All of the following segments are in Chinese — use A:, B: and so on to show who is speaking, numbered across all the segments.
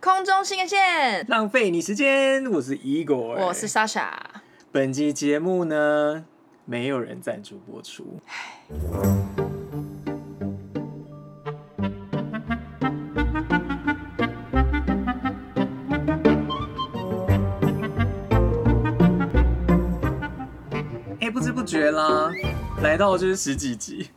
A: 空中新干线，
B: 浪费你时间，我是 Igor，
A: 我是 Sasha。
B: 本集节目呢，没有人赞助播出。哎、不知不觉啦，来到就是十几集，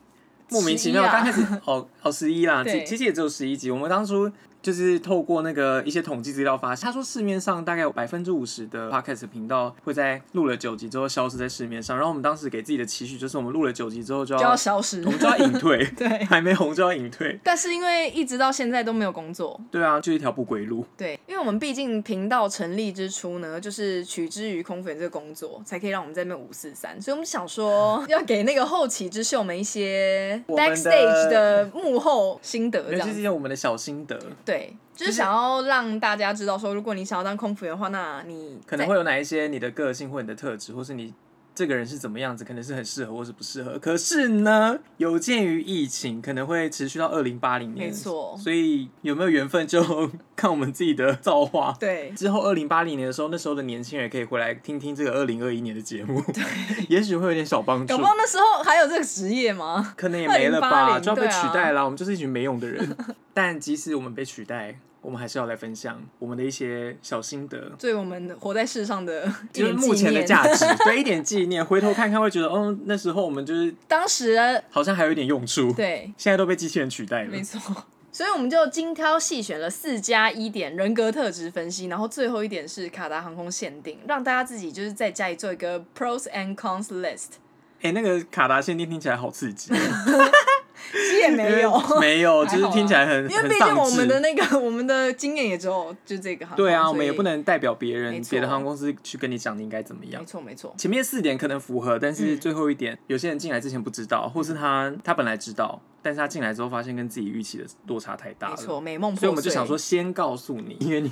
B: 莫名其妙，
A: 11啊
B: 刚开始哦哦十一啦，
A: 对
B: 其其实也只有十一集。我们当初就是透过那个一些统计资料发现，他说市面上大概有百分之五十的 podcast 频道会在录了九集之后消失在市面上。然后我们当时给自己的期许就是，我们录了九集之后就
A: 就
B: 要
A: 要消失
B: 我。们就 要隐退，
A: 对
B: 还没红就要隐退。
A: 但是因为一直到现在都没有工作，
B: 对啊，就一条不归 路。
A: 对，因为我们毕竟频道成立之初呢，就是取之于空服员这个工作，才可以让我们在那边五四三，所以我们想说要给那个后起之秀们一些
B: 我们的
A: backstage 的幕后心得，这
B: 没有，
A: 样
B: 这
A: 子
B: 是我们的小心得，
A: 对，就
B: 就是是
A: 想要让大家知道说，如果你想要当空服员的话，那你
B: 可
A: 在
B: 能会有哪一些你的个性或你的特质，或是你这个人是怎么样子，可能是很适合或是不适合。可是呢，有鉴于疫情可能会持续到二零八零年，
A: 没错
B: 所以有没有缘分就 看我们自己的造化。
A: 对
B: 之后二零八零年的时候，那时候的年轻人可以回来听听这个二零二一年的节目， 也许会有点小帮助
A: 搞不。好那时候还有这个职业吗？
B: 可能也没了吧，
A: 2080
B: 就要被
A: 对啊
B: 取代啦。我们就是一群没用的人。 但即使我们被取代，我们还是要来分享我们的一些小心得，
A: 对我们活在世上的一
B: 就是
A: 点
B: 目
A: 纪
B: 前的
A: 念
B: 价。值， 对一点纪念。回头看看会觉得，哦，那时候我们就是
A: 当时啊
B: 好像还有一点用处，
A: 对，
B: 现在都被机器人取代了
A: 没。错。嗯所以我们就精挑细选了四加一点人格特质分析，然后最后一点是卡达航空限定，让大家自己就是在家里做一个 pros and cons list。
B: 哎、那个卡达限定听起来好刺激，
A: 其实也 没有，
B: 没有，
A: 还
B: 就
A: 好啦
B: 是听起来很
A: 因为
B: 很
A: 毕
B: 丧
A: 竟
B: 志。
A: 我们的那个我们的经验也只有就这个航空。
B: 对啊，
A: 所以
B: 我们也不。能代表别人
A: 没，错
B: 别的航空公司去跟你讲你应该怎么样
A: 没。错没错，
B: 前面四点可能符合，但是
A: 嗯
B: 最后一点，有些人进来之前不知道，或是他他本来知道，但是他进来之后发现跟自己预期的落差太大
A: 没
B: 了。
A: 错，美梦破碎。
B: 所以我们就想说，，先告诉你， 因为你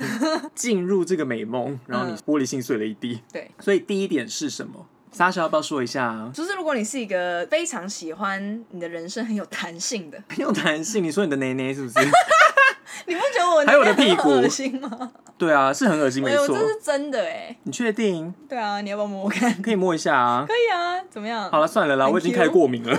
B: 进入这个美梦，然后你
A: 嗯
B: 玻璃心碎了一地。
A: 对，
B: 所以第一点是什么？莎莎要不要说一下？啊
A: 就是如果你是一个非常喜欢你的人生很有弹性的，
B: 很有弹性，你说你的奶奶是不是？
A: 你不觉得我
B: 还有我
A: 那个
B: 的屁
A: 很
B: 股
A: 恶心吗？
B: 对啊，是很恶心，
A: 哎
B: 没
A: 呦，
B: 错
A: 这。是真的哎。
B: 你确定？
A: 对啊，你要不要摸我看？
B: 可以摸一下啊
A: 可。以啊，怎么样？
B: 好了，算了啦，
A: Thank
B: 我已经开始过敏了。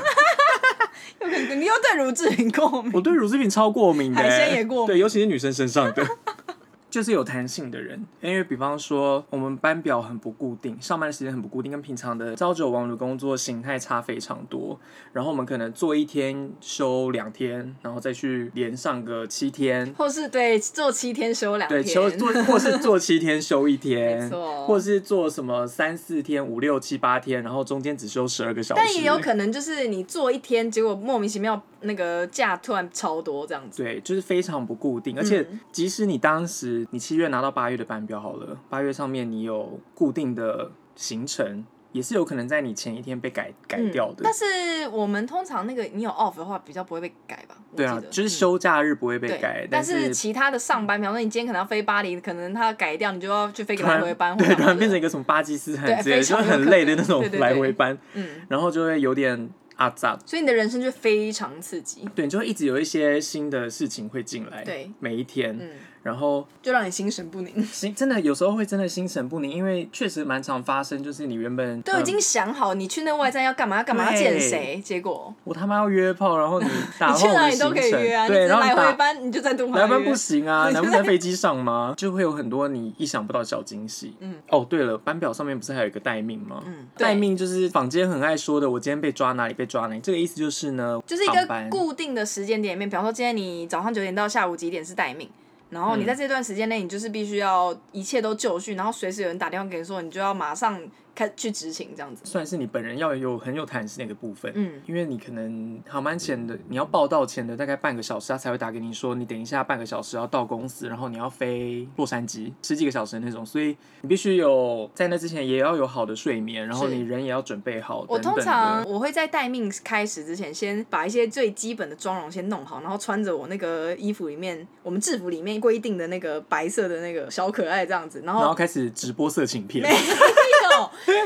A: 又可以你又对乳制品过敏
B: 我，对乳制品超过敏的、欸
A: 海鲜也过敏
B: 对，尤其是女生身上的， 就是有弹性的人。因为比方说，我们班表很不固定，上班的时间很不固定，跟平常的朝九晚五的工作形态差非常多。然后我们可能做一天休两天，然后再去连上个七天。
A: 或是对做七天休两
B: 对，
A: 天，
B: 休做或是做七天休一天
A: 没错，
B: 或是做什么三四天、五六七八天，然后中间只休十二个小时。
A: 但也有可能就是你做一天，结果莫名其妙那个假突然超多这样子。
B: 对，就是非常不固定，而且
A: 嗯
B: 即使你当时你七月拿到八月的班表好了，八月上面你有固定的行程，也是有可能在你前一天被改改掉
A: 嗯
B: 的。
A: 但是我们通常那个你有 off 的话，比较不会被改吧？我
B: 对
A: 记
B: 啊
A: 得，
B: 就是
A: 嗯
B: 休假日不会被
A: 对
B: 改，，
A: 但
B: 是
A: 是其他的上班，比方说你今天可能要飞巴黎，可能他改掉，你就要去飞个
B: 突
A: 来
B: 然
A: 回班，
B: 对，突然变成一
A: 个
B: 个什么巴基斯坦
A: 对
B: 之类的，
A: 非
B: 就
A: 常有
B: 很
A: 可
B: 累的那
A: 能
B: 种
A: 对对
B: 来
A: 对
B: 回班，
A: 嗯，
B: 然后就会有点阿杂。
A: 所以你的人生就非常刺激，
B: 对，就会一直有一些新的事情会进来，
A: 对
B: 每一天，
A: 嗯，
B: 然后
A: 就让你心神不宁。
B: 心真的有时候会真的心神不宁，因为确实蛮常发生，就是你原本
A: 都已
B: 嗯
A: 经想好你去那外站要干嘛，要干嘛，要见谁，结果
B: 我他妈要约炮，然后你 打
A: 你去
B: 破我
A: 哪
B: 的
A: 里
B: 行
A: 都
B: 程，
A: 可以约啊，你只
B: 对，
A: 是
B: 然后
A: 来
B: 你打
A: 回班你就在杜
B: 来
A: 马
B: 班
A: 约
B: 不。行啊， 难不在飞机上吗？就会有很多你意想不到的小惊喜。
A: 嗯，
B: 哦，对了，班表上面不是还有一个待命吗？
A: 嗯对
B: 待命就是坊间很爱说的，我今天被抓哪里被抓哪里，这个意思就是呢，
A: 就是一
B: 航
A: 个
B: 班
A: 固定的时间点里面，比方说今天你早上九点到下午几点是待命，然后你在这段时间内，你就是必须要一切都就绪，然后随时有人打电话给你说，你就要马上开去执行这样子。
B: 算是你本人要有很有弹性的一个部分，
A: 嗯，
B: 因为你可能航班前的你要报到前的大概半个小时，他才会打给你说你等一下半个小时要到公司，然后你要飞洛杉矶十几个小时的那种，所以你必须有在那之前也要有好的睡眠，然后
A: 是
B: 你人也要准备好。
A: 我
B: 等
A: 通
B: 等的
A: 常我会在待命开始之前，先把一些最基本的妆容先弄好，然后穿着我那个衣服里面，我们制服里面规定的那个白色的那个小可爱这样子，然
B: 然
A: 后
B: 后开始直播色情片，
A: 没有，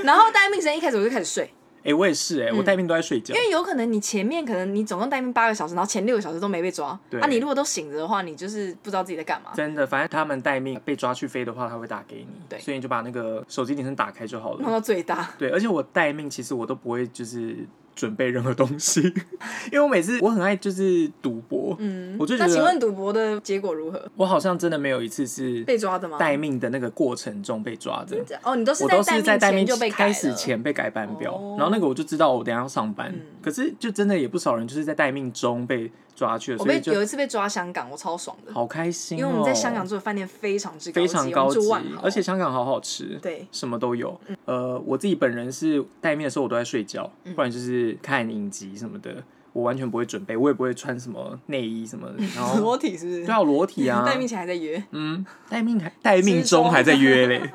A: 然后待命时间一开始我就开始睡，
B: 哎、我也是哎、我带病都在睡
A: 嗯
B: 觉
A: 因。为有可能你前面可能你总共待命八个小时，然后前六个小时都没被抓，
B: 对
A: 啊，你如果都醒着的话，你就是不知道自己在干嘛。
B: 真的，反正他们待命被抓去飞的话，他会打给你，
A: 对
B: 所以你就把那个手机铃声打开就好了。
A: 弄到最大，
B: 对，而且我待命，其实我都不会就是准备任何东西， 因为我每次我很爱就是赌博，
A: 嗯，
B: 我就觉
A: 那请
B: 得
A: 问赌博的结果如何？
B: 我好像真的没有一次是
A: 被抓的吗？
B: 待命的那个过程中被抓的，
A: 哦，你都是
B: 我都是在
A: 在
B: 待
A: 待
B: 命
A: 命前就被改
B: 开
A: 了
B: 始，前被改班表，
A: 哦
B: 然后那个我就知道我等一下要上班，
A: 嗯
B: 可是就真的也不少人就是在待命中被抓去了，
A: 我
B: 所以
A: 被有
B: 就
A: 一次被抓香港，我超爽的，
B: 好开心、哦，
A: 因为我们在香港住的饭店非常之高
B: 非
A: 级，
B: 常高
A: 我
B: 级
A: 们住万豪，
B: 而且香港好好吃，
A: 对
B: 什么都有。呃，我自己本人是待命的时候我都在睡觉，
A: 嗯
B: 不然就是看影集什么的，我完全不会准备，我也不会穿什么内衣什么的，然 后
A: 裸体是不是？
B: 对啊，裸体啊，
A: 嗯 待命前还在约，
B: 嗯，待命还待命
A: 之中
B: 中还在约嘞，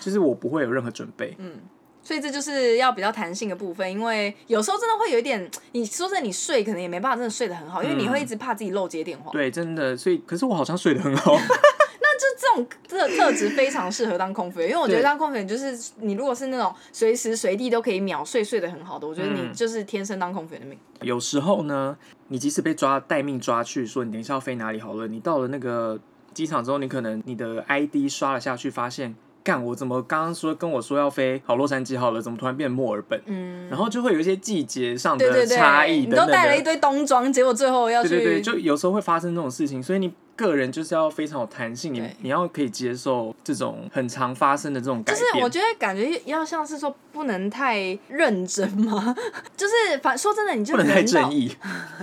B: 就是我不会有任何准备，
A: 嗯所以这就是要比较弹性的部分，因为有时候真的会有一点，你说真的，你睡可能也没办法真的睡得很好，因为
B: 嗯
A: 你会一直怕自己漏接电话。
B: 对，真的，所以可是我好像睡得很好，
A: 这种特特质非常适合当空服员，因为我觉得当空服员就是你如果是那种随时随地都可以秒睡睡得很好的，我觉得你
B: 嗯
A: 就是天生当空服员的命。
B: 有时候呢，你即使被抓待命抓去，说你等一下要飞哪里好了，你到了那个机场之后，你可能你的 ID 刷了下去，发现干我怎么刚刚说跟我说要飞好洛杉矶好了，怎么突然变墨尔本？
A: 嗯，
B: 然后就会有一些季节上
A: 对对
B: 的差
A: 对，
B: 异
A: 你
B: 等等
A: 都带了
B: 的
A: 一堆冬装，结果最后要去
B: 对对对，就有时候会发生这种事情，所以你个人就是要非常有弹性，你
A: 对
B: 你要可以接受这种很常发生的这种改
A: 就是
B: 变。
A: 我觉得感觉要像是说不能太认真嘛， 就是反说真的，你就
B: 不能太
A: 人到
B: 正义，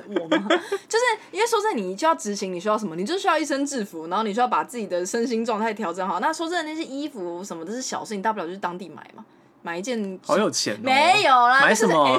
A: 我吗？ 就是因为说真的，你就要执行，你需要什么？你就需要一身制服，然后你需要把自己的身心状态调整好。那说真的，那些衣服什么都是小事，你大不了就是当地买嘛，买一件。
B: 好有钱哦！
A: 没有啦，
B: 买
A: 那
B: 什
A: 就是
B: 么哎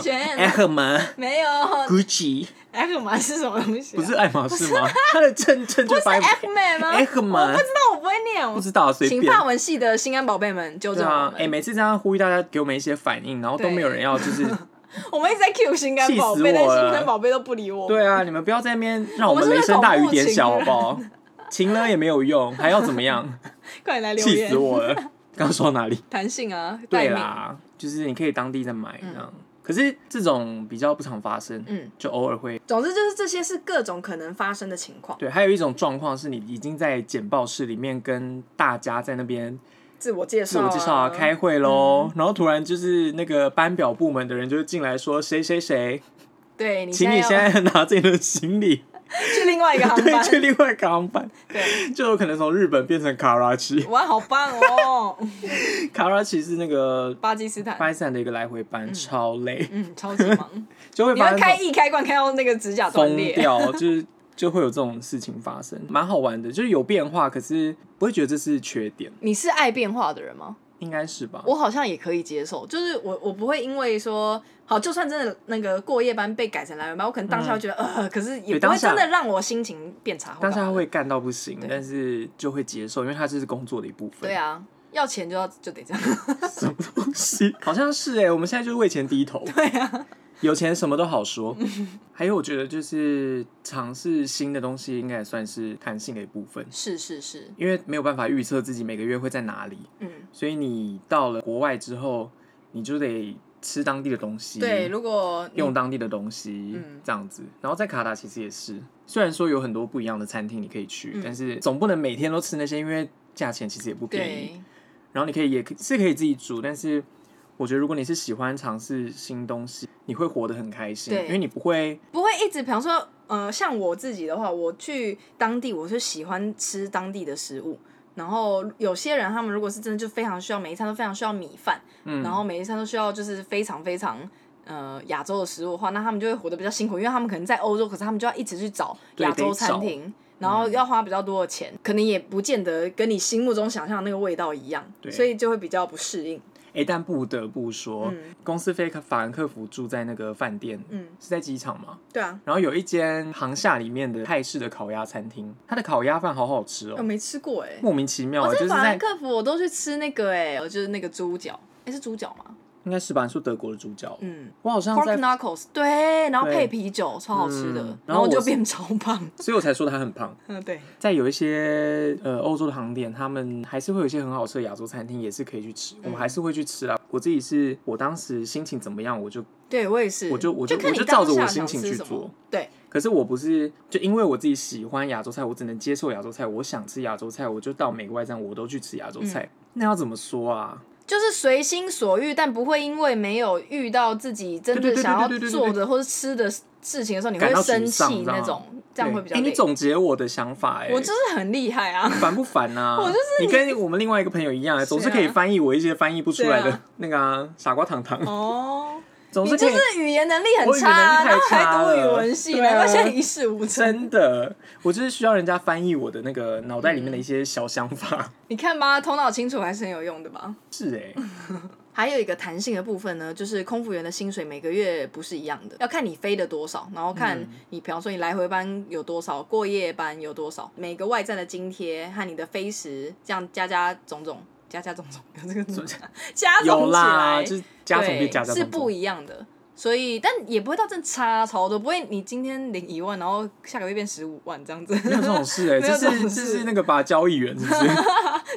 A: H&M
B: ？Ackerman、
A: 没有
B: Gucci，
A: F 码是什么东西、啊？
B: 不是爱马仕吗？它的正正就白
A: F 码吗？
B: F
A: 我
B: 吗
A: 不？知道，我不会念。
B: 不知道，随
A: 请
B: 便。
A: 法文系的心安宝贝们纠
B: 对
A: 正
B: 啊
A: 我，
B: 哎、
A: 们。
B: 每次这样呼吁大家给我们一些反应，然后都
A: 对
B: 没有人要，就是
A: 我们一直在 Q 心肝
B: 气死
A: 宝贝，但
B: 我
A: 心
B: 了
A: 肝宝贝都不理我。
B: 对啊，你们不要在那边让
A: 我
B: 们
A: 们是
B: 雷声大
A: 恐
B: 雨
A: 怖
B: 点
A: 情
B: 小，好
A: 人
B: 不好？情了也没有用，还要怎么样？
A: 快点来留
B: 气
A: 言
B: 死。我了！ 刚刚说到哪里？
A: 弹性啊，
B: 对
A: 待命。
B: 啦，就是你可以当地再买这样，可是这种比较不常发生，
A: 嗯，
B: 就偶尔会。
A: 总之就是这些是各种可能发生的情况。
B: 对，还有一种状况是你已经在简报室里面跟大家在那边
A: 自我介
B: 自
A: 绍、啊，
B: 我介绍啊，开会
A: 嗯
B: 喽，然后突然就是那个班表部门的人就进来说谁谁谁，
A: 对你
B: 请你现
A: 要
B: 在拿自己的行李，
A: 去另外一个航
B: 对，
A: 班，
B: 去另外一个航班，
A: 对，
B: 就有可能从日本变成卡拉 奇，
A: 哇，好棒哦，
B: 卡拉奇是那个
A: 巴基斯坦，
B: 巴基斯坦的一个来回班，超累，
A: 嗯，超级 忙，
B: 就会
A: 你
B: 发
A: 会
B: 生
A: 开
B: 这种
A: 一开关开到那个指甲断
B: 疯
A: 裂，
B: 掉，就是就会有这种事情发 生，蛮好玩的，就是有变化，可是不会觉得这是缺点，
A: 你是爱变化的人吗？
B: 应该是吧？
A: 我好像也可以接受，就是我我不会因为说好，就算真的那个过夜班被改成来晚班，我可能当下会觉得、呃，可是也
B: 对
A: 不会
B: 当下
A: 真的让我心情变差，
B: 当下
A: 干嘛的
B: 会干到不行，但是就会接受，因为它这是工作的一部分。
A: 对啊，要钱就要就得这样，
B: 什么东西？好像是哎、我们现在就是为钱低头。对啊，有钱什么都好说。还有，我觉得就是尝试新的东西，应该也算是弹性的一部分，
A: 是是是，
B: 因为没有办法预测自己每个月会在哪里，
A: 嗯，
B: 所以你到了国外之后，你就得吃当地的东西，
A: 对，如果你
B: 嗯用当地的东西，
A: 嗯
B: 这样子。然后在卡达其实也是，虽然说有很多不一样的餐厅你可以去，
A: 嗯
B: 但是总不能每天都吃那些，因为价钱其实也不便宜。
A: 对。
B: 然后你可以也可是可以自己煮，但是我觉得如果你是喜欢尝试新东西，你会活得很开心，
A: 对
B: 因为你不会
A: 不会一直，比方说，呃，像我自己的话，我去当地，我是喜欢吃当地的食物。然后有些人他们如果是真的就非常需要每一餐都非常需要米饭，
B: 嗯
A: 然后每一餐都需要就是非常非常呃亚洲的食物的话，那他们就会活得比较辛苦，因为他们可能在欧洲，可是他们就要一直去找
B: 对嗯
A: 亚洲餐厅，然后要花比较多的钱，可能也不见得跟你心目中想象的那个味道一样，
B: 对
A: 所以就会比较不适应。
B: 诶，但不得不说，
A: 嗯
B: 公司飞法兰克福住在那个饭店，
A: 嗯
B: 是在机场嘛，
A: 对啊，
B: 然后有一间航厦里面的泰式的烤鸭餐厅，它的烤鸭饭好好吃哦、
A: 我没吃过哎、
B: 莫名其妙、
A: 我
B: 啊，就
A: 在
B: 是
A: 法兰
B: 在
A: 欸克福，我都去吃那个哎、我就是那个猪脚，哎、是猪脚吗？
B: 应该是吧？你说德国的猪脚，
A: 嗯
B: 我好像
A: ，pork
B: 在，
A: knuckles，对，然后
B: 对
A: 配啤酒，超好吃的，
B: 嗯然
A: 然
B: 后我
A: 后就是变超胖。
B: 所以我才说它很胖。
A: 嗯，对，
B: 在有一些呃欧洲的航点，他们还是会有一些很好吃的亚洲餐厅，也是可以去
A: 嗯
B: 吃，我们还是会去吃啊。我自己是我当时心情怎么样，我就
A: 对我也是，
B: 我就我就
A: 就看
B: 我
A: 你
B: 就
A: 当
B: 照着
A: 下
B: 我心
A: 想
B: 情
A: 吃
B: 去
A: 什么
B: 做。
A: 对，
B: 可是我不是就因为我自己喜欢亚洲菜，我只能接受亚洲菜，我想吃亚洲菜，我就到每个外站我都去吃亚洲菜。
A: 嗯
B: 那要怎么说啊？
A: 就是随心所欲，但不会因为没有遇到自己真
B: 对
A: 正
B: 对对
A: 想
B: 对对对
A: 要
B: 对
A: 做的或是吃的事情的时候，你
B: 感
A: 会
B: 到沮
A: 生
B: 丧
A: 气
B: 这样
A: 那种，这样会比较
B: 哎、
A: 累
B: 你。总结我的想法、哎，
A: 我就是很厉害啊！
B: 烦不 烦呐、我就是你跟我们另外一个朋友一样、总是可以翻译我一些翻译不出来
A: 对
B: 的
A: 啊
B: 那个、啊、傻瓜糖糖，
A: 哦，
B: 总
A: 你
B: 是可
A: 就
B: 以
A: 是语言能力很
B: 我语
A: 差啊，
B: 言能
A: 然
B: 力
A: 后
B: 太差
A: 还读语
B: 了
A: 文系，
B: 对
A: 难怪
B: 啊
A: 现在一事 无成。
B: 真的，我就是需要人家翻译我的那个脑袋里面的一些小想法。
A: 你看吧，头脑清楚还是很有用的吧。
B: 是哎、
A: 还有一个弹性的部分呢，就是空服员的薪水每个月不是一样的，要看你飞的多少，然后看
B: 嗯
A: 你，比方说你来回班有多少，过夜班有多少，每个外站的津贴和你的飞时，这样加加种种，加加种种，有这个字吗加
B: 有
A: 总起
B: 啦，
A: 来，
B: 就是加总变
A: 对
B: 加加总
A: 是
B: 总
A: 不一样的。所以，但也不会到真的差超多，不会你今天领一万，然后下个月变十五万这样子
B: 没有这种事哎、
A: 没
B: 这
A: 有这
B: 是
A: 种
B: 这
A: 事
B: 是那个吧交易员是不是？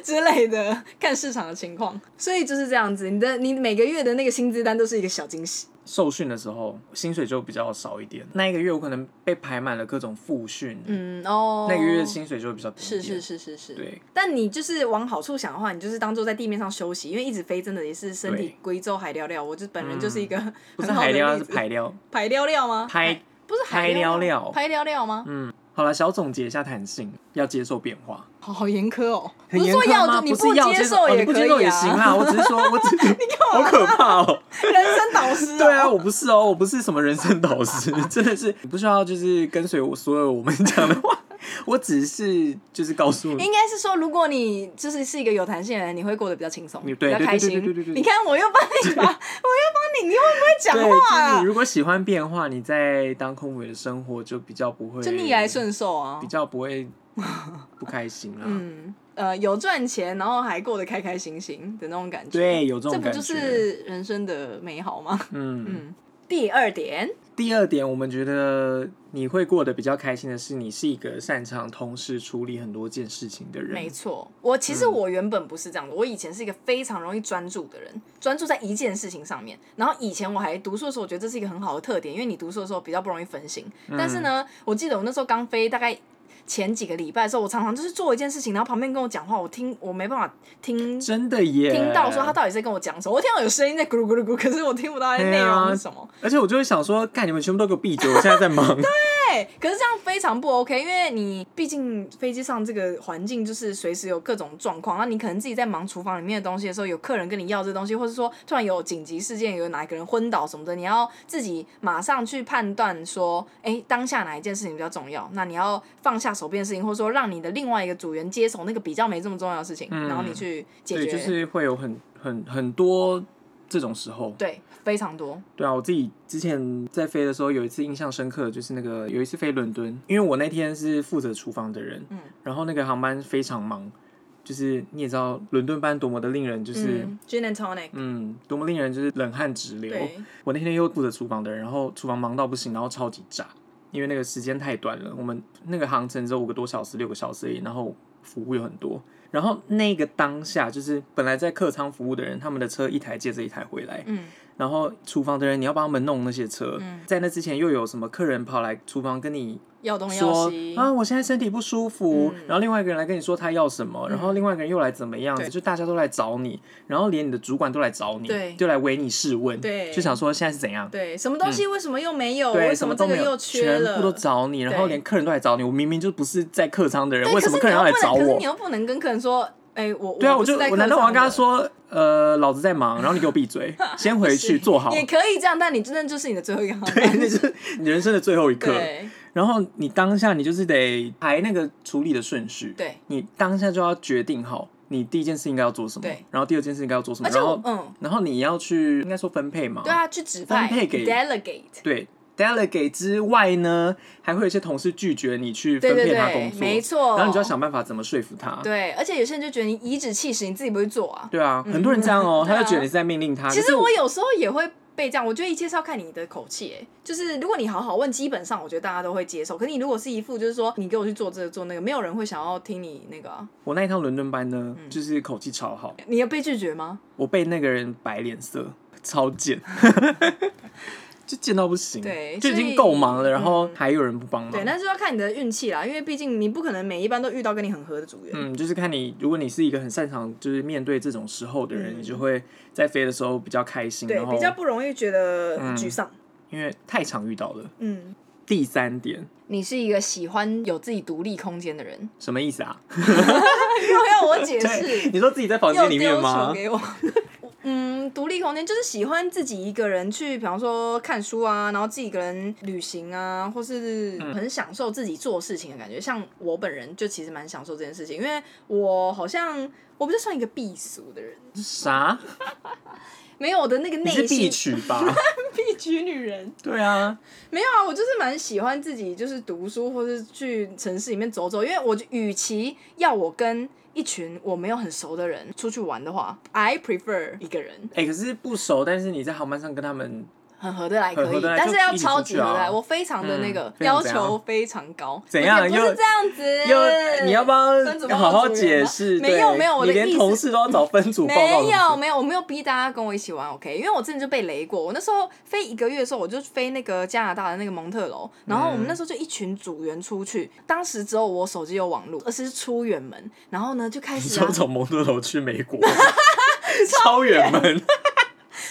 A: 之类的，看市场的情况。所以就是这样子，你的你每个月的那个薪资单都是一个小惊喜。
B: 受训的时候薪水就比较少一点，那一个月我可能被排满了各种复训，
A: 嗯哦，
B: 那个月薪水就会比较低一
A: 是是
B: 点。
A: 是是是，
B: 对，
A: 但你就是往好处想的话，你就是当做在地面上休息，因为一直飞真的也是身
B: 对
A: 体归舟海寥寥。我就本人就是一个很好的例子、哎
B: 不是海啊料是排料
A: 排寥寥吗？
B: 排。
A: 不是海
B: 排嗯寥
A: 吗
B: 寥
A: 排寥寥吗？
B: 好了，小总结一下弹性，要接受变化。
A: 好好严苛哦，
B: 很
A: 不是
B: 严
A: 说
B: 苛
A: 要
B: 吗？
A: 就你
B: 不是要
A: 接
B: 受
A: 受
B: 哦你
A: 也
B: 不
A: 可
B: 接受
A: 以
B: 也行
A: 啊，
B: 啦。我只是说，我只好可怕哦。
A: 人生导师、哦。
B: 对啊，我不是哦，我不是什么人生导师， 真的是你不需要就是跟随我所有我们讲的 话，我只是就是告诉你，
A: 应该是说，如果你就是是一个有弹性的人，你会过得比较轻松，
B: 你
A: 比
B: 对
A: 较开
B: 对
A: 心
B: 对对对对对。
A: 你看，我又帮你 把，我又帮你，你会不会讲
B: 对，
A: 话
B: 就是你
A: 啊？
B: 如果喜欢变化，你在当空服员的生活就比较不会
A: 就逆来，顺受啊
B: 比。较不会不开心啦。
A: 嗯，呃，有赚钱，然后还过得开开心心的那种感觉。
B: 对，有这种
A: 这不
B: 感觉。
A: 就是人生的美好吗？
B: 嗯，
A: 嗯。第二点，
B: 第二点，我们觉得你会过得比较开心的是，你是一个擅长同时处理很多件事情的人。
A: 没错，我其实我原本不是这样的，我以前是一个非常容易专注的人，专注在一件事情上面。然后以前我还读书的时候，我觉得这是一个很好的特点，因为你读书的时候比较不容易分心。但是呢，我记得我那时候刚飞，大概。前几个礼拜的时候，我常常就是做一件事情，然后旁边跟我讲话，我听我没办法听
B: 真的耶！
A: 听到说他到底在跟我讲什么，我听到有声音在咕噜咕噜咕，可是我听不到他的内容是什么。
B: 而且我就会想说，干你们全部都给我闭嘴！我现在在忙。
A: 对，可是这样非常不 OK，因为你毕竟飞机上这个环境就是随时有各种状况，那你可能自己在忙厨房里面的东西的时候，有客人跟你要这东西，或者说突然有紧急事件，有哪一个人昏倒什么的，你要自己马上去判断说，哎，当下哪一件事情比较重要，那你要放下手边的事情，或者说让你的另外一个组员接手那个比较没这么重要的事情，然后你去解
B: 嗯对，
A: 决。
B: 就是会有很很很多这种时候。
A: 对非常多，
B: 对啊，我自己之前在飞的时候有一次印象深刻的，就是那个有一次飞伦敦，因为我那天是负责厨房的人，
A: 嗯
B: 然后那个航班非常忙，就是你也知道伦敦班多么的令人就是。嗯
A: 嗯，gin and tonic，
B: 多么令人就是冷汗直流。
A: 对，
B: 我那天又负责厨房的人，然后厨房忙到不行，然后超级炸，因为那个时间太短了，我们那个航程只有五个多小时、六个小时而已，然后服务有很多。然后那个当下，就是本来在客舱服务的人，他们的车一台接着一台回来，
A: 嗯，
B: 然后厨房的人你要帮他们弄那些车，
A: 嗯
B: 在那之前又有什么客人跑来厨房跟你
A: 要东要
B: 说
A: 西，
B: 啊，我现在身体不舒服，
A: 嗯
B: 然后另外一个人来跟你说他要什么，然后另外一个人又来怎么样子，
A: 对
B: 就大家都来找你，然后连你的主管都来找你，
A: 对
B: 就来唯你试问，
A: 对
B: 就想说现在是怎样。
A: 对，什么东西为什么又没有？
B: 嗯对，
A: 为
B: 什
A: 么
B: 都
A: 这个
B: 没有，
A: 又缺了？
B: 全部都找你，然后
A: 对
B: 连客人都来找你。我明明就不是在客舱的人，
A: 对，
B: 为
A: 哎可
B: 什
A: 是
B: 么
A: 你
B: 客人要来找
A: 又不能可是
B: 我
A: 你？又不能跟客人说，哎、我
B: 对啊，我
A: 不是
B: 就
A: 在
B: 我
A: 客
B: 难道我要
A: 舱
B: 跟他
A: 的
B: 说，呃，老子在忙，然后你给我闭 嘴，先回去坐好。
A: 也可以这样，但你真的就是你的最后一个航
B: 对，
A: 班。
B: 那是你人生的最后一刻。
A: 对，
B: 然后你当下你就是得排那个处理的顺序，
A: 对，
B: 你当下就要决定好你第一件事应该要做什么
A: 对，
B: 然后第二件事应该要做什么，
A: 而且
B: 然
A: 我
B: 后
A: 嗯，
B: 然后你要去应该说分配嘛，
A: 对啊，去指
B: 分
A: 派
B: 配给
A: delegate，
B: 对 delegate 之外呢，还会有一些同事拒绝你去分
A: 对对
B: 配他
A: 对，
B: 工作，
A: 没错。
B: 然后你就要想办法怎么说服他。
A: 哦对，而且有些人就觉得你颐指气使，你自己不会做啊。
B: 对啊，很多人这样哦、
A: 对啊
B: 他就觉得你是在命令他。
A: 其
B: 可
A: 实
B: 是
A: 我有时候也会被这样，我觉得一切是要看你的口气、欸，就是如果你好好问，基本上我觉得大家都会接受。可是你如果是一副就是说你给我去做这个做那个，没有人会想要听你那个啊、
B: 我那一趟伦敦班呢，
A: 嗯
B: 就是口气超好，
A: 你有被拒绝吗？
B: 我被那个人摆脸色，超 贱，就贱到不行，
A: 对
B: 就已
A: 所
B: 经
A: 以嗯
B: 够忙了，然后还有人不帮忙，
A: 对，那就要看你的运气啦，因为毕竟你不可能每一班都遇到跟你很合的组员。
B: 嗯，就是看你，如果你是一个很擅长就是面对这种时候的人，
A: 嗯
B: 你就会在飞的时候比较开心，
A: 对
B: 然，后嗯
A: 比较不容易觉得沮丧。
B: 因为太常遇到了。
A: 嗯，
B: 第三点
A: 你是一个喜欢有自己独立空间的人，
B: 什么意思啊？
A: 又要我解释
B: 对，，你说自己在房
A: 又
B: 间里
A: 丢
B: 面
A: 球
B: 吗？
A: 给我。 嗯，独立空间就是喜欢自己一个人去，比方说看书啊，然后自己一个人旅行啊，或是
B: 嗯
A: 很享受自己做事情的感觉。像我本人就其实蛮享受这件事情，因为我好像我不是算一个避俗的人，
B: 啥？
A: 没有我的那个
B: 你是
A: 内
B: 必
A: 心
B: 取吧？
A: 避局女人。
B: 对啊，
A: 没有啊，我就是蛮喜欢自己就是读书，或是去城市里面走走，因为我就与其要我跟一群我没有很熟的人出去玩的话，I prefer 一个人。
B: 哎、可是不熟，但是你在航班上跟他们，
A: 很合得来可
B: 很合
A: 以，
B: 得来
A: 但
B: 就是
A: 要
B: 一起
A: 超
B: 出
A: 级
B: 去
A: 合得来，
B: 啊
A: 我非常的那个
B: 嗯非常
A: 要
B: 怎
A: 求
B: 样
A: 非常高。
B: 怎样
A: 不是不
B: 又
A: 是这样子，
B: 又你要不要
A: 分组报告
B: 好好
A: 组员
B: 解
A: 吗
B: 释？
A: 没有
B: 对
A: 没有我
B: 你
A: 的
B: 连
A: 意思
B: 同事都要找分组报告。
A: 没有，没有，我没有逼大家跟我一起玩，OK？因为我真的就被雷过。我那时候飞一个月的时候，我就飞那个加拿大的那个蒙特楼，然后我
B: 嗯
A: 们那时候就一群组员出去，当时只有我手机有网络，而是出远门，然后呢就开
B: 你
A: 始、啊
B: 说、从蒙特楼去美 国，超远门，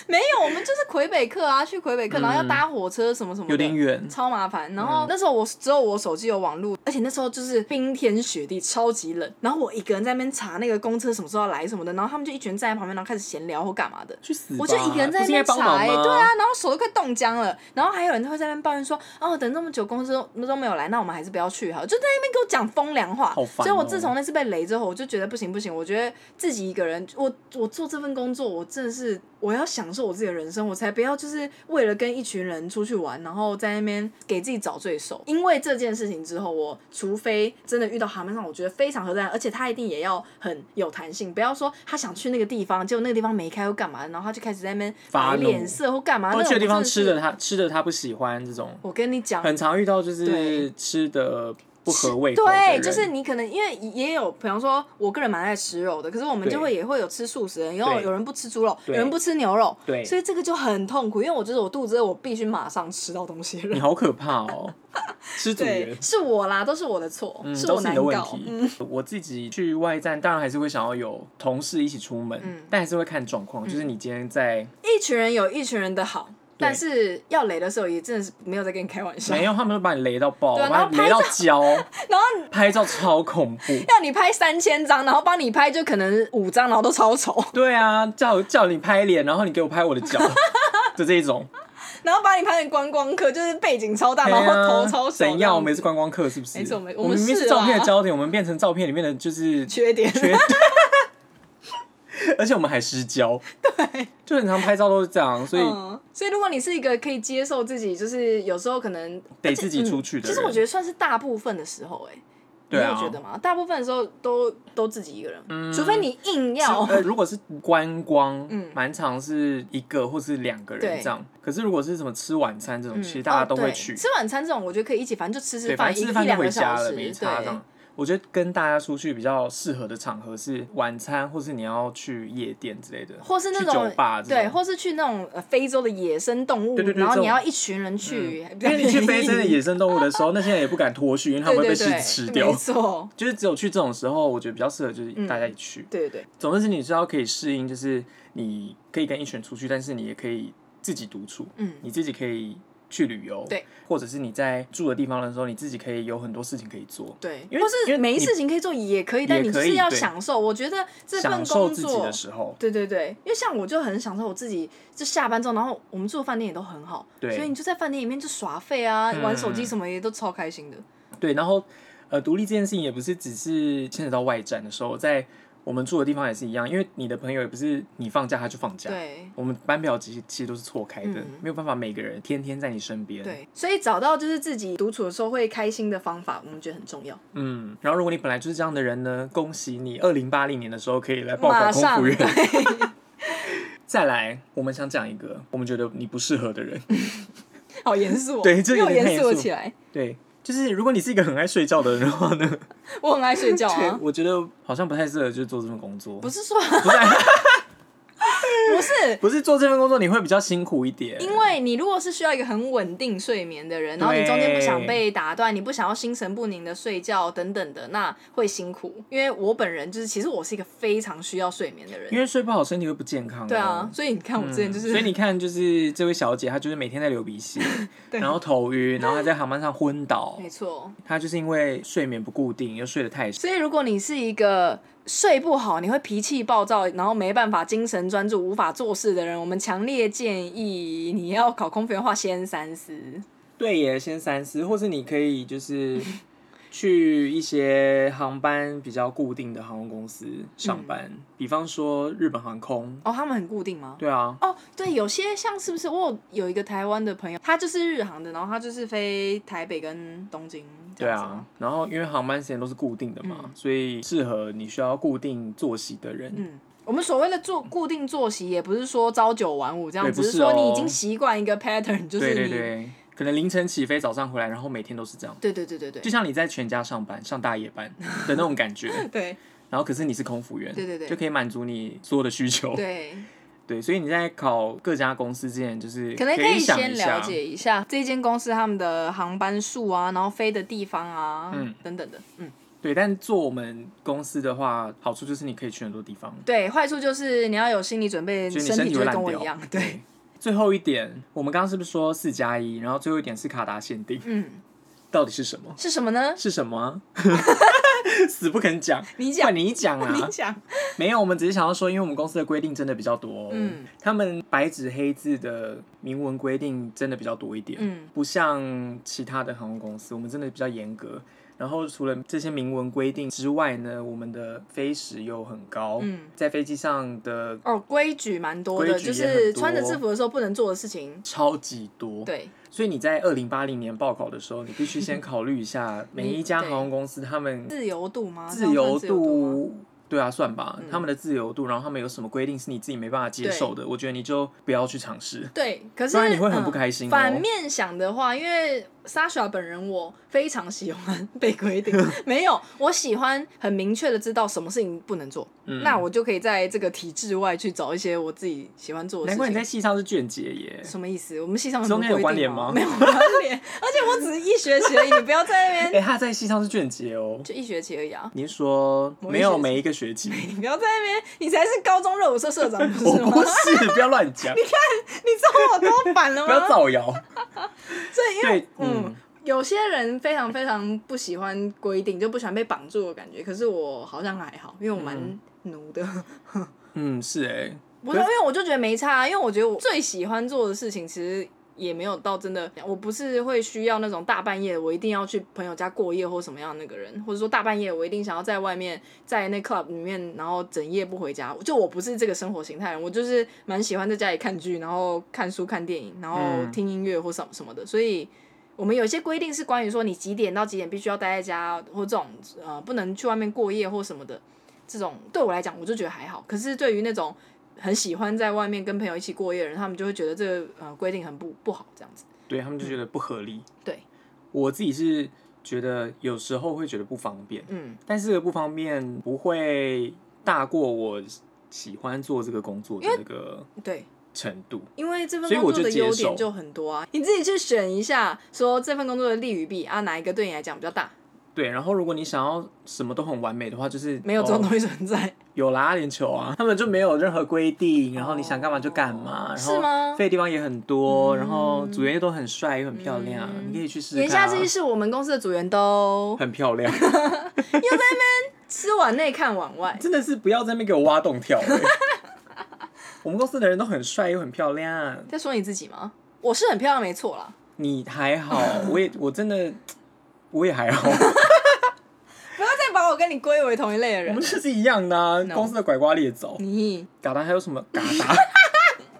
A: 没有，我们就是魁北克啊，去魁北克，然后要搭火车什么什么的，
B: 嗯有点远。
A: 超麻烦。然
B: 嗯
A: 后那时候我只有我手机有网络，而且那时候就是冰天雪地，超级冷。然后我一个人在那边查那个公车什么时候要来什么的，然后他们就一群人站在旁边，然后开始闲聊或干嘛的。
B: 去死吧！
A: 我就一个人在
B: 啊
A: 那
B: 不是应该
A: 边
B: 帮
A: 查、
B: 忙
A: 欸，
B: 吗？
A: 对啊，然后手都快冻僵了，然后还有人会在那边抱怨说，哦，等这么久公司都都没有来，那我们还是不要去好了，就在那边给我讲风凉话。
B: 好烦哦
A: 所以我自从那次被雷之后，我就觉得不行不行，我觉得自己一个人，我我做这份工作，我真的是我要享受我自己的人生，我才不要就是为了跟一群人出去玩，然后在那边给自己找罪受。因为这件事情之后，我除非真的遇到航班上我觉得非常合得来，而且他一定也要很有弹性，不要说他想去那个地方，结果那个地方没开又干嘛，然后他就开始在那边
B: 发
A: 摆
B: 怒
A: 脸色或干嘛，
B: 然
A: 那
B: 哦后去的
A: 种
B: 地方
A: 真
B: 吃
A: 是
B: 的他吃的他不喜欢这种，
A: 我跟你讲，
B: 很常遇到就是
A: 对
B: 吃的不合胃口的
A: 对，
B: 人。
A: 就是你可能因为也有，比方说，我个人蛮爱吃肉的，可是我们
B: 对
A: 就会也会有吃素食的人，也有
B: 对
A: 有人不吃猪肉，有
B: 对
A: 人不吃牛肉，
B: 对
A: 所以这个就很痛苦，因为我觉得我肚子饿，我必须马上吃到东西
B: 你
A: 了。
B: 好可怕哦，吃组员
A: 对，。是我啦，都是我的错，
B: 嗯，
A: 是
B: 都
A: 我
B: 是你
A: 难
B: 的问
A: 搞嗯
B: 题。。 我自己去外站，当然还是会想要有同事一起出门，
A: 嗯
B: 但还是会看状况。就是你今天在
A: 一群人有一群人的好，但是要雷的时候也真的是没有在跟你开玩笑，
B: 没有，他们都把你雷到爆，
A: 对啊
B: 把你雷
A: 然
B: 到
A: 后
B: 焦，
A: 然后
B: 拍照超恐怖。
A: 要你拍三千张，然后帮你拍就可能五张，然后都超丑，
B: 对啊，叫叫你拍脸，然后你给我拍我的脚的这一种。
A: 然后把你拍成观光客，就是背景超大，
B: 对
A: 然后
B: 啊
A: 头超小这样子。
B: 怎样？我们也是观光客，是不是？
A: 没错没错
B: 我们
A: 我们
B: 明明
A: 是啊
B: 是照片的
A: 啦
B: 焦点，我们变成照片里面的 就是
A: 缺点。
B: 缺，而且我们还失焦。对，就很常拍照都是这样，所以
A: 嗯，所以如果你是一个可以接受自己，就是有时候可能
B: 得自己出去
A: 嗯
B: 的
A: 其
B: 人。
A: 实我觉得算是大部分的时候、欸，哎、
B: 对
A: 你
B: 啊嗯
A: 有觉得吗？大部分的时候都都自己一个人，除非你硬要
B: 是。呃，如果是观光，
A: 嗯
B: 蛮常是一个或是两个人
A: 对
B: 这样。可是如果是什么吃晚餐这种，
A: 嗯
B: 其实大家都
A: 哦
B: 会
A: 对
B: 去，
A: 吃晚餐这种，我觉得可以一起，反正就吃吃
B: 对，
A: 饭，
B: 反
A: 一
B: 正吃
A: 一
B: 饭就
A: 两
B: 回
A: 个小
B: 家了，
A: 时，
B: 没差这
A: 对
B: 样。我觉得跟大家出去比较适合的场合是晚餐，或是你要去夜店之类的，
A: 或是那
B: 去酒
A: 种
B: 吧这种
A: 对，或是去那种呃非洲的野生动物，
B: 对对对
A: 然后
B: 这
A: 你
B: 种嗯
A: 要一群人去，还比
B: 因
A: 较
B: 为你去
A: 便
B: 非
A: 宜
B: 真的野生动物的时候，那些人也不敢脱序，因为他
A: 对
B: 们会被
A: 对
B: 狮
A: 对，
B: 子吃掉
A: 没。错，嗯
B: 就是只有去这种时候，我觉得比较适合就是大家一起去。
A: 对对对。
B: 总之是你知道可以适应，就是你可以跟一群人出去，但是你也可以自己独处。
A: 嗯
B: 你自己可以去旅游，
A: 对，
B: 或者是你在住的地方的时候，你自己可以有很多事情可以做。
A: 对，
B: 因为
A: 或
B: 因为
A: 是没
B: 你
A: 事情可以做也可以，但你就
B: 可以
A: 是要
B: 对
A: 享受。我觉得这份
B: 享受
A: 工
B: 自己
A: 作
B: 的，时候，
A: 对对对，因为像我就很享受我自己，就下班之后，然后我们住的饭店也都很好，
B: 对
A: 所以你就在饭店里面就耍废啊，
B: 嗯
A: 玩手机什么也都超开心的。
B: 对，然后呃，独立这件事情也不是只是牵扯到外展的时候，在我们住的地方也是一样，因为你的朋友也不是你放假他就放假。
A: 对
B: 我们班表其实其实都是错开的，
A: 嗯
B: 没有办法每个人天天在你身边。，
A: 对，所以找到就是自己独处的时候会开心的方法，我们觉得很 重要。
B: 嗯，然后如果你本来就是这样的人呢，恭喜你，二零八零年的时候可以来报考
A: 马
B: 空
A: 上
B: 服员。
A: 对
B: 再来，我们想讲一个我们觉得你不适合的人，
A: 好严 肃、哦，
B: 对这有
A: 又
B: 点太
A: 严肃了
B: 严肃
A: 起来。
B: 对，就是如果你是一个很爱睡觉的人的话呢，
A: 我很爱睡觉
B: 对
A: 啊，，
B: 我觉得好像不太适合就是做这份工作，
A: 不
B: 不是
A: 是说 不是。
B: 不是做这份工作你会比较辛苦一点，
A: 因为你如果是需要一个很稳定睡眠的人，然后你中间不想被打断，你不想要心神不宁的睡觉等等的，那会辛苦。因为我本人就是，其实我是一个非常需要睡眠的人
B: 因，为睡不好身体会不健康、嗯
A: 对啊，。所以你看我之前就是，
B: 所以你看，就是这位小姐，她就是每天在流鼻血，
A: 对
B: 然后头晕，然后她在航班上昏倒
A: 没，错。
B: 她就是因为睡眠不固定，又睡得太少。
A: 所以如果你是一个睡不好，你会脾气暴躁，然后没办法精神专注、无法做事的人，我们强烈建议你要考空服员的话，先三思。
B: 对耶，先三思，或是你可以就是 去一些航班比较固定的航空公司上班，
A: 嗯
B: 比方说日本航空。
A: 哦，他们很固定吗？
B: 对啊，
A: 哦，对，有些像是不是我有有一个台湾的朋友，他就是日航的，然后他就是飞台北跟东京这
B: 对
A: 样子
B: 啊
A: 吗。，
B: 然后因为航班时间都是固定的嘛，
A: 嗯
B: 所以适合你需要固定作息的人。
A: 嗯，我们所谓的做固定作息，也不是说朝九晚五这样，
B: 对
A: 只
B: 不
A: 是
B: 是
A: 说你已
B: 哦
A: 经习惯一个 pattern，就是
B: 对
A: 你
B: 对对，可能凌晨起飞，早上回来，然后每天都是这样。
A: 对对对对对
B: 就像你在全家上班上大夜班的那种感 觉，
A: 对
B: 然后可是你是空服员，
A: 对对对
B: 就可以满足你所有的需求。
A: 对，
B: 对所以你在考各家公司之前，就是
A: 可能可
B: 可
A: 以
B: 以想
A: 先
B: 一
A: 了
B: 下，
A: 解一下这间公司他们的航班数啊，然后飞的地方啊，
B: 嗯
A: 等等的，嗯，
B: 对，但做我们公司的话，好处就是你可以去很多地方，
A: 对，坏处就是你要有心理准备，
B: 就是
A: 嗯
B: 你
A: 身体
B: 体
A: 就会
B: 会烂
A: 跟
B: 掉。
A: 我一样，对，。
B: 最后一点，我们刚刚是不是说四加一？然后最后一点是卡达限定，
A: 嗯，
B: 到底是什么？
A: 是什么呢？
B: 是什么啊？ 死不肯讲，
A: 你讲
B: 换你讲啊！
A: 你讲，
B: 没有，我们只是想要说，因为我们公司的规定真的比较多、
A: 嗯，
B: 他们白纸黑字的明文规定真的比较多一点，
A: 嗯，
B: 不像其他的航空公司，我们真的比较严格。然后除了这些明文规定之外呢，我们的飞时又很高，
A: 嗯
B: 在飞机上的
A: 哦，规矩蛮多的，
B: 规
A: 就
B: 矩也
A: 是
B: 很多
A: 穿着制服的时候不能做的事情。
B: 超级多，，
A: 对，
B: 所以你在二零八零年报考的时候，你必须先考虑一下每一
A: 嗯
B: 家
A: 对
B: 航空公司他们
A: 自由度吗？
B: 自
A: 这样
B: 由
A: 哦算自由吗，
B: 度，对啊，算吧，
A: 嗯
B: 他们的自由度，然后他们有什么规定是你自己没办法接受的，我觉得你就不要去尝试。
A: 对，可是
B: 不然你会
A: 嗯
B: 很不开心哦
A: 反面想的话，因为 Sasha 本人我非常喜欢被规 定，没有，我喜欢很明确的知道什么事情不能做，
B: 嗯
A: 那我就可以在这个体制外去找一些我自己喜欢做的
B: 难
A: 事
B: 怪你在
A: 情。
B: 戏上是卷姐耶，
A: 什么意思？我们系上
B: 中
A: 没
B: 间有关联吗
A: 没有关联，而且我只是一学期而已，你不要在那
B: 哎、
A: 边
B: 她在戏上是卷姐哦。
A: 就一学期而已啊。
B: 你是说
A: 某一
B: 没有
A: 学期
B: 每一个学期？
A: 你不要在那边，你才是高中热舞社社长，不
B: 我
A: 是吗？
B: 不是，不要乱 讲，
A: 你知道我多烦了
B: 不要
A: 吗？
B: 造谣。
A: 所以因为
B: 对，
A: 嗯
B: 嗯，，
A: 有些人非常非常不喜欢规定，就不喜欢被绑住的感觉。可是我好像还好，因为我蛮奴的。
B: 嗯，是哎，
A: 不是，因为我就觉得没差，啊因为我觉得我最喜欢做的事情其实。也没有到真的，我不是会需要那种大半夜我一定要去朋友家过夜或什么样的那个人，或者说大半夜我一定想要在外面在那 club 里面，然后整夜不回家。就我不是这个生活形态人，我就是蛮喜欢在家里看剧，然后看书、看电影，然后
B: 嗯
A: 听音乐或什么什么的。所以我们有一些规定是关于说你几点到几点必须要待在家，或这种呃不能去外面过夜或什么的。这种对我来讲，我就觉得还好。可是对于那种很喜欢在外面跟朋友一起过夜的人，他们就会觉得这个呃规定很不不好，这样子。
B: 对他们就觉得不合理。
A: 嗯对，
B: 我自己是觉得有时候会觉得不方便，
A: 嗯
B: 但是这个不方便不会大过我喜欢做这个工作的那个
A: 对，
B: 程度。
A: 因为这份
B: 所以
A: 工
B: 我
A: 作
B: 就
A: 的
B: 接
A: 优
B: 受
A: 点就很多啊，你自己去选一下，说这份工作的利与弊啊，哪一个对你来讲比较大？
B: 对，然后如果你想要什么都很完美的话，就是
A: 没有这种
B: 哦
A: 东西存 在，
B: 有啦，篮球啊， 他们就没有任何规定，然后你想干嘛就干嘛，然
A: 哦是
B: 后
A: 吗？
B: 飞的地方也很多，
A: 嗯
B: 然后组员又都很帅又很漂亮，
A: 嗯
B: 你可以去试试看啊。
A: 言下之意是我们公司的组员都
B: 很漂亮，
A: 吃碗内看碗外，
B: 真的是不要在那边给我挖洞跳、欸 我们公司的人都很帅又很漂亮，
A: 在说你自己吗？我是很漂亮，没错啦。
B: 你还好，我也我真的我也还好。
A: 不要再把我跟你归为同一类的
B: 我
A: 人
B: 们。就是一样的、啊，
A: No
B: 公司的拐瓜裂枣。
A: 你
B: 嘎达还有什么？嘎达，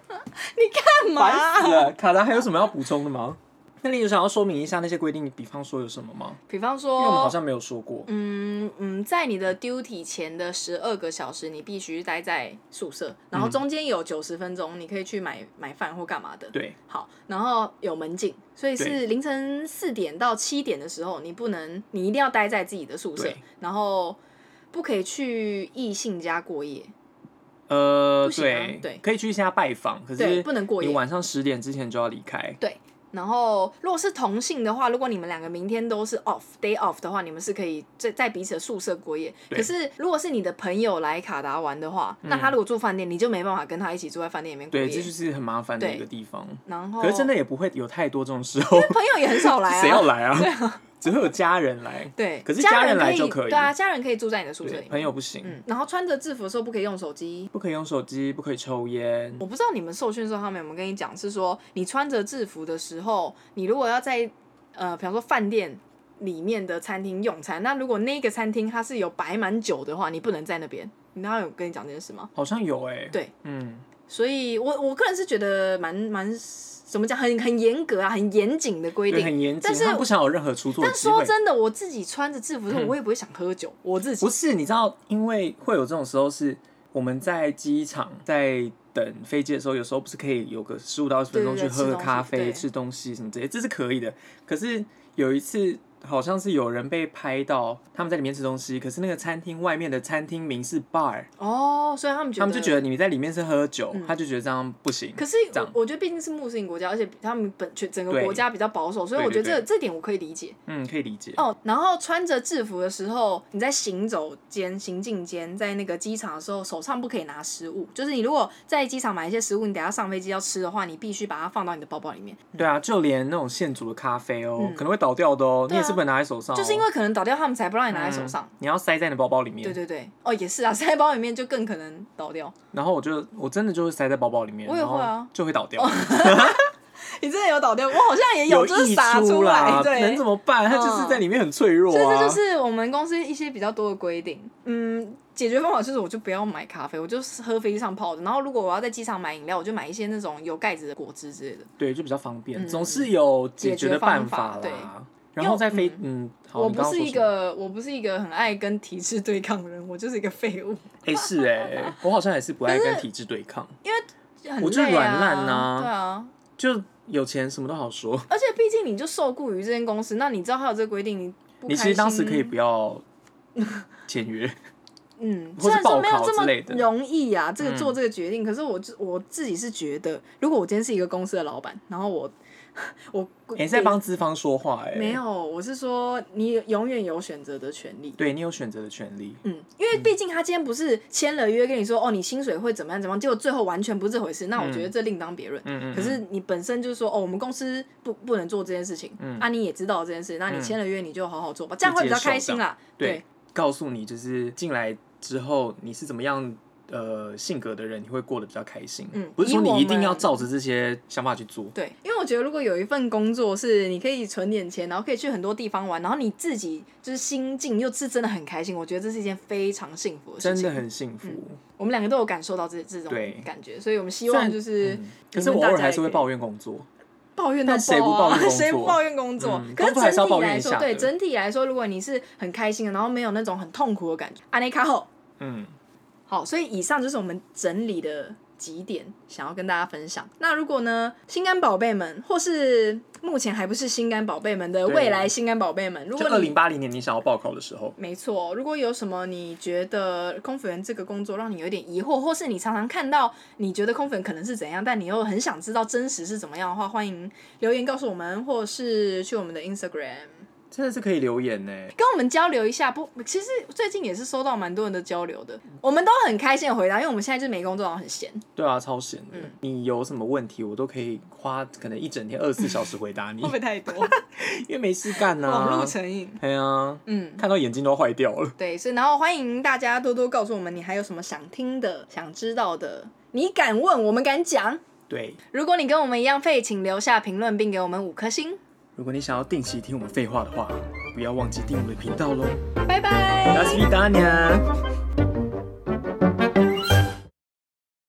A: 干
B: 烦死
A: 嘛？
B: 了！嘎达还有什么要补充 的吗？那你有想要说明一下那些规定，比方说有什么吗？
A: 比方
B: 因为我们好
A: 说，
B: 像没有说过。
A: 嗯嗯，在你的 duty 前的十二个小时，你必须待在宿舍，然后
B: 嗯
A: 中间有九十分钟，你可以去买买饭或干嘛的。
B: 对，
A: 好，然后有门禁，所以
B: 对
A: 是凌晨四点到七点的时候，你不能，你一定要待在自己的宿舍
B: 对，
A: 然后不可以去异性家过夜，
B: 呃，
A: 不行啊对
B: 可以去一下拜访，可
A: 对，
B: 是
A: 不能过
B: 你
A: 夜。
B: 晚上十点之前就要离开。
A: 然后，如果是同性的话，如果你们两个明天都是 off day off 的话，你们是可以在在彼此的宿舍过夜。
B: 对嗯
A: 可是，如果是你的朋友来卡达玩的话，那他如果住饭店，你就没办法跟他一起住在饭店里面过
B: 对，
A: 夜。
B: 这就是很麻烦的
A: 对
B: 一个地方。
A: 然后，
B: 可是真的也不会有太多这种时候，
A: 朋友也很少来啊，
B: 谁要来啊？只会有家人来，
A: 对，
B: 可是
A: 家
B: 家人来
A: 以
B: 就可以
A: 对啊，家人可以住在你的宿舍
B: 对
A: 里，面
B: 朋。友不行，
A: 嗯，然后穿着制服的时候不可以用手机。
B: 不可以用手机，不可以抽烟。
A: 我不知道你们受训的时候他们有没有跟你讲，是说你穿着制服的时候，你如果要在呃，比方说饭店里面的餐厅用餐，那如果那个餐厅它是有摆满酒的话，你不能在那边。你知道有跟你讲这件事吗？
B: 好像有哎、
A: 对，
B: 嗯，
A: 所以我我个人是觉得蛮蛮怎么讲，很很严格啊，很严谨的规
B: 对，
A: 定。
B: 很严谨，
A: 但是
B: 他们不想有任何出错的
A: 但
B: 机
A: 说
B: 会。嗯
A: 真的，我自己穿着制服的时候，我也不会想喝酒，我自己
B: 不是，你知道，因为会有这种时候是我们在机场在等飞机的时候，有时候不是可以有个十五到二十分钟
A: 对
B: 去
A: 对
B: 喝
A: 吃
B: 个
A: 东西
B: 咖
A: 对
B: 啡、吃东西什么之类，这是可以的。可是有一次。好像是有人被拍到他们在里面吃东西，可是那个餐厅外面的餐厅名是 bar，
A: 哦，所以他们觉
B: 他
A: 得
B: 们就觉得你在里面是喝酒，
A: 嗯
B: 他就觉得这样不行。
A: 可是
B: 这样
A: 我我觉得毕竟是穆斯林国家，而且他们本全整个
B: 对
A: 国家比较保守，所以
B: 对
A: 我觉得
B: 对
A: 这这点我可以理解
B: 嗯，可以理解。
A: 哦。然后穿着制服的时候，你在行走间、行进间，在那个机场的时候，手上不可以拿食物。就是你如果在机场买一些食物，你等一下上飞机要吃的话，你必须把它放到你的包包里面，
B: 对啊，就连那种现煮的咖啡哦，
A: 嗯
B: 可能会倒掉的哦，
A: 对
B: 你
A: 啊
B: 也是不能拿在手上、哦，
A: 就是因为可能倒掉，他们才不让你拿在手上。
B: 嗯你要塞在你的包包里面。
A: 对对对，哦也是啊，塞包里面就更可能倒掉。
B: 然后我就我真的就会塞在包包里面，
A: 我也会啊
B: 然后就会倒掉，
A: 你真的有倒掉，我好像也 有，就是
B: 溢
A: 洒
B: 出
A: 来，
B: 啦，
A: 对，嗯
B: 能怎么办？它就是在里面很脆弱
A: 所以
B: 啊。
A: 这就是我们公司一些比较多的规定。嗯，解决方法就是我就不要买咖啡，我就是喝飞机上泡的。然后如果我要在机场买饮料，我就买一些那种有盖子的果汁之类的。
B: 对，就比较方便，
A: 嗯
B: 总是有解决的办
A: 解决方
B: 啦。然后在飞，嗯，好，
A: 我
B: 你
A: 不
B: 刚刚
A: 是
B: 说
A: 一
B: 什么，
A: 个，我不是一个很爱跟体制对抗的人，我就是一个废物，
B: 哎，是哎，我好像也是不爱
A: 可是
B: 跟体制对抗，
A: 很累啊
B: 我就是软烂啊
A: 对啊。
B: 就有钱什么都好说。
A: 而且毕竟你就受雇于这间公司，那你知道还有这个规定，你不
B: 你
A: 开
B: 其
A: 心
B: 实当时可以不要签 约，哎
A: 嗯，虽
B: 或是
A: 然说
B: 报
A: 没有
B: 考
A: 这
B: 之类的
A: 么容易啊，这个
B: 嗯
A: 做这个决定，可是我自我自己是觉得，如果我今天是一个公司的老板，然后我 我
B: 你在帮资方说话哎，
A: 没，有，我是说你永远有选择的权利。
B: 对你有选择的权利。
A: 嗯，因为毕竟他今天不是签了约跟你说哦，你薪水会怎么样怎么样，结果最后完全不是这回事，那我觉得这另当别论。
B: 嗯嗯，
A: 可是你本身就是说哦，我们公司不不能做这件事情，
B: 嗯
A: 啊，你也知道这件事，那你
B: 嗯
A: 签了约你就好好做吧，这样会比较开心啦。
B: 对，告诉你就是进来之后你是怎么样呃性格的人，你会过得比较开心。
A: 嗯
B: 不是
A: 以
B: 说
A: 我
B: 你
A: 们
B: 一定要照着这些想法去做。
A: 对，因为我觉得如果有一份工作是你可以存点钱，然后可以去很多地方玩，然后你自己就是心境又是真的很开心，我觉得这是一件非常幸福的事情。
B: 真的很幸福，
A: 我们两个都有感受到这这种
B: 对
A: 感觉，所以我们希
B: 虽
A: 望
B: 然
A: 就是
B: 嗯
A: 你
B: 可
A: 们大家也可以、
B: 是我偶尔还是会抱怨工作，
A: 抱怨到
B: 但谁不
A: 爆啊
B: 抱怨工作
A: 谁不抱怨工作？
B: 嗯
A: 可是
B: 工作还是
A: 整
B: 要
A: 体
B: 抱怨
A: 来
B: 一
A: 说，
B: 下的
A: 对整体来说，如果你是很开心的，然后没有那种很痛苦的感觉，安内卡后
B: 嗯，
A: 好，所以以上就是我们整理的几点，想要跟大家分享。那如果呢，心肝宝贝们，或是目前还不是心肝宝贝们的
B: 对
A: 未来心肝宝贝们，如
B: 就
A: 果
B: 二
A: 你
B: 零八零年你想要报考的时候，
A: 没错，如果有什么你觉得空服员这个工作让你有点疑惑，或是你常常看到你觉得空服员可能是怎样，但你又很想知道真实是怎么样的话，欢迎留言告诉我们，或是去我们的 Instagram
B: 真的是可以留言呢、
A: 跟我们交流一下。不，其实最近也是收到蛮多人的交流的，我们都很开心的回答，因为我们现在就是没工作，然后很闲。
B: 对啊，超闲的、
A: 嗯
B: 你有什么问题，我都可以花可能一整天二十四小时回答你
A: 会不，会太 多？
B: 因为没事干呐、
A: 网络成瘾。
B: 对啊，
A: 嗯，
B: 看到眼睛都坏掉了。
A: 对，所以然后欢迎大家多多告诉我们你还有什么想听的、想知道的，你敢问，我们敢讲。
B: 对，
A: 如果你跟我们一样废，请留下评论并给我们五颗星。
B: 如果你想要定期听我们废话的话，不要忘记订我们的频道喽。
A: 拜拜。
B: 达斯皮达尼亚。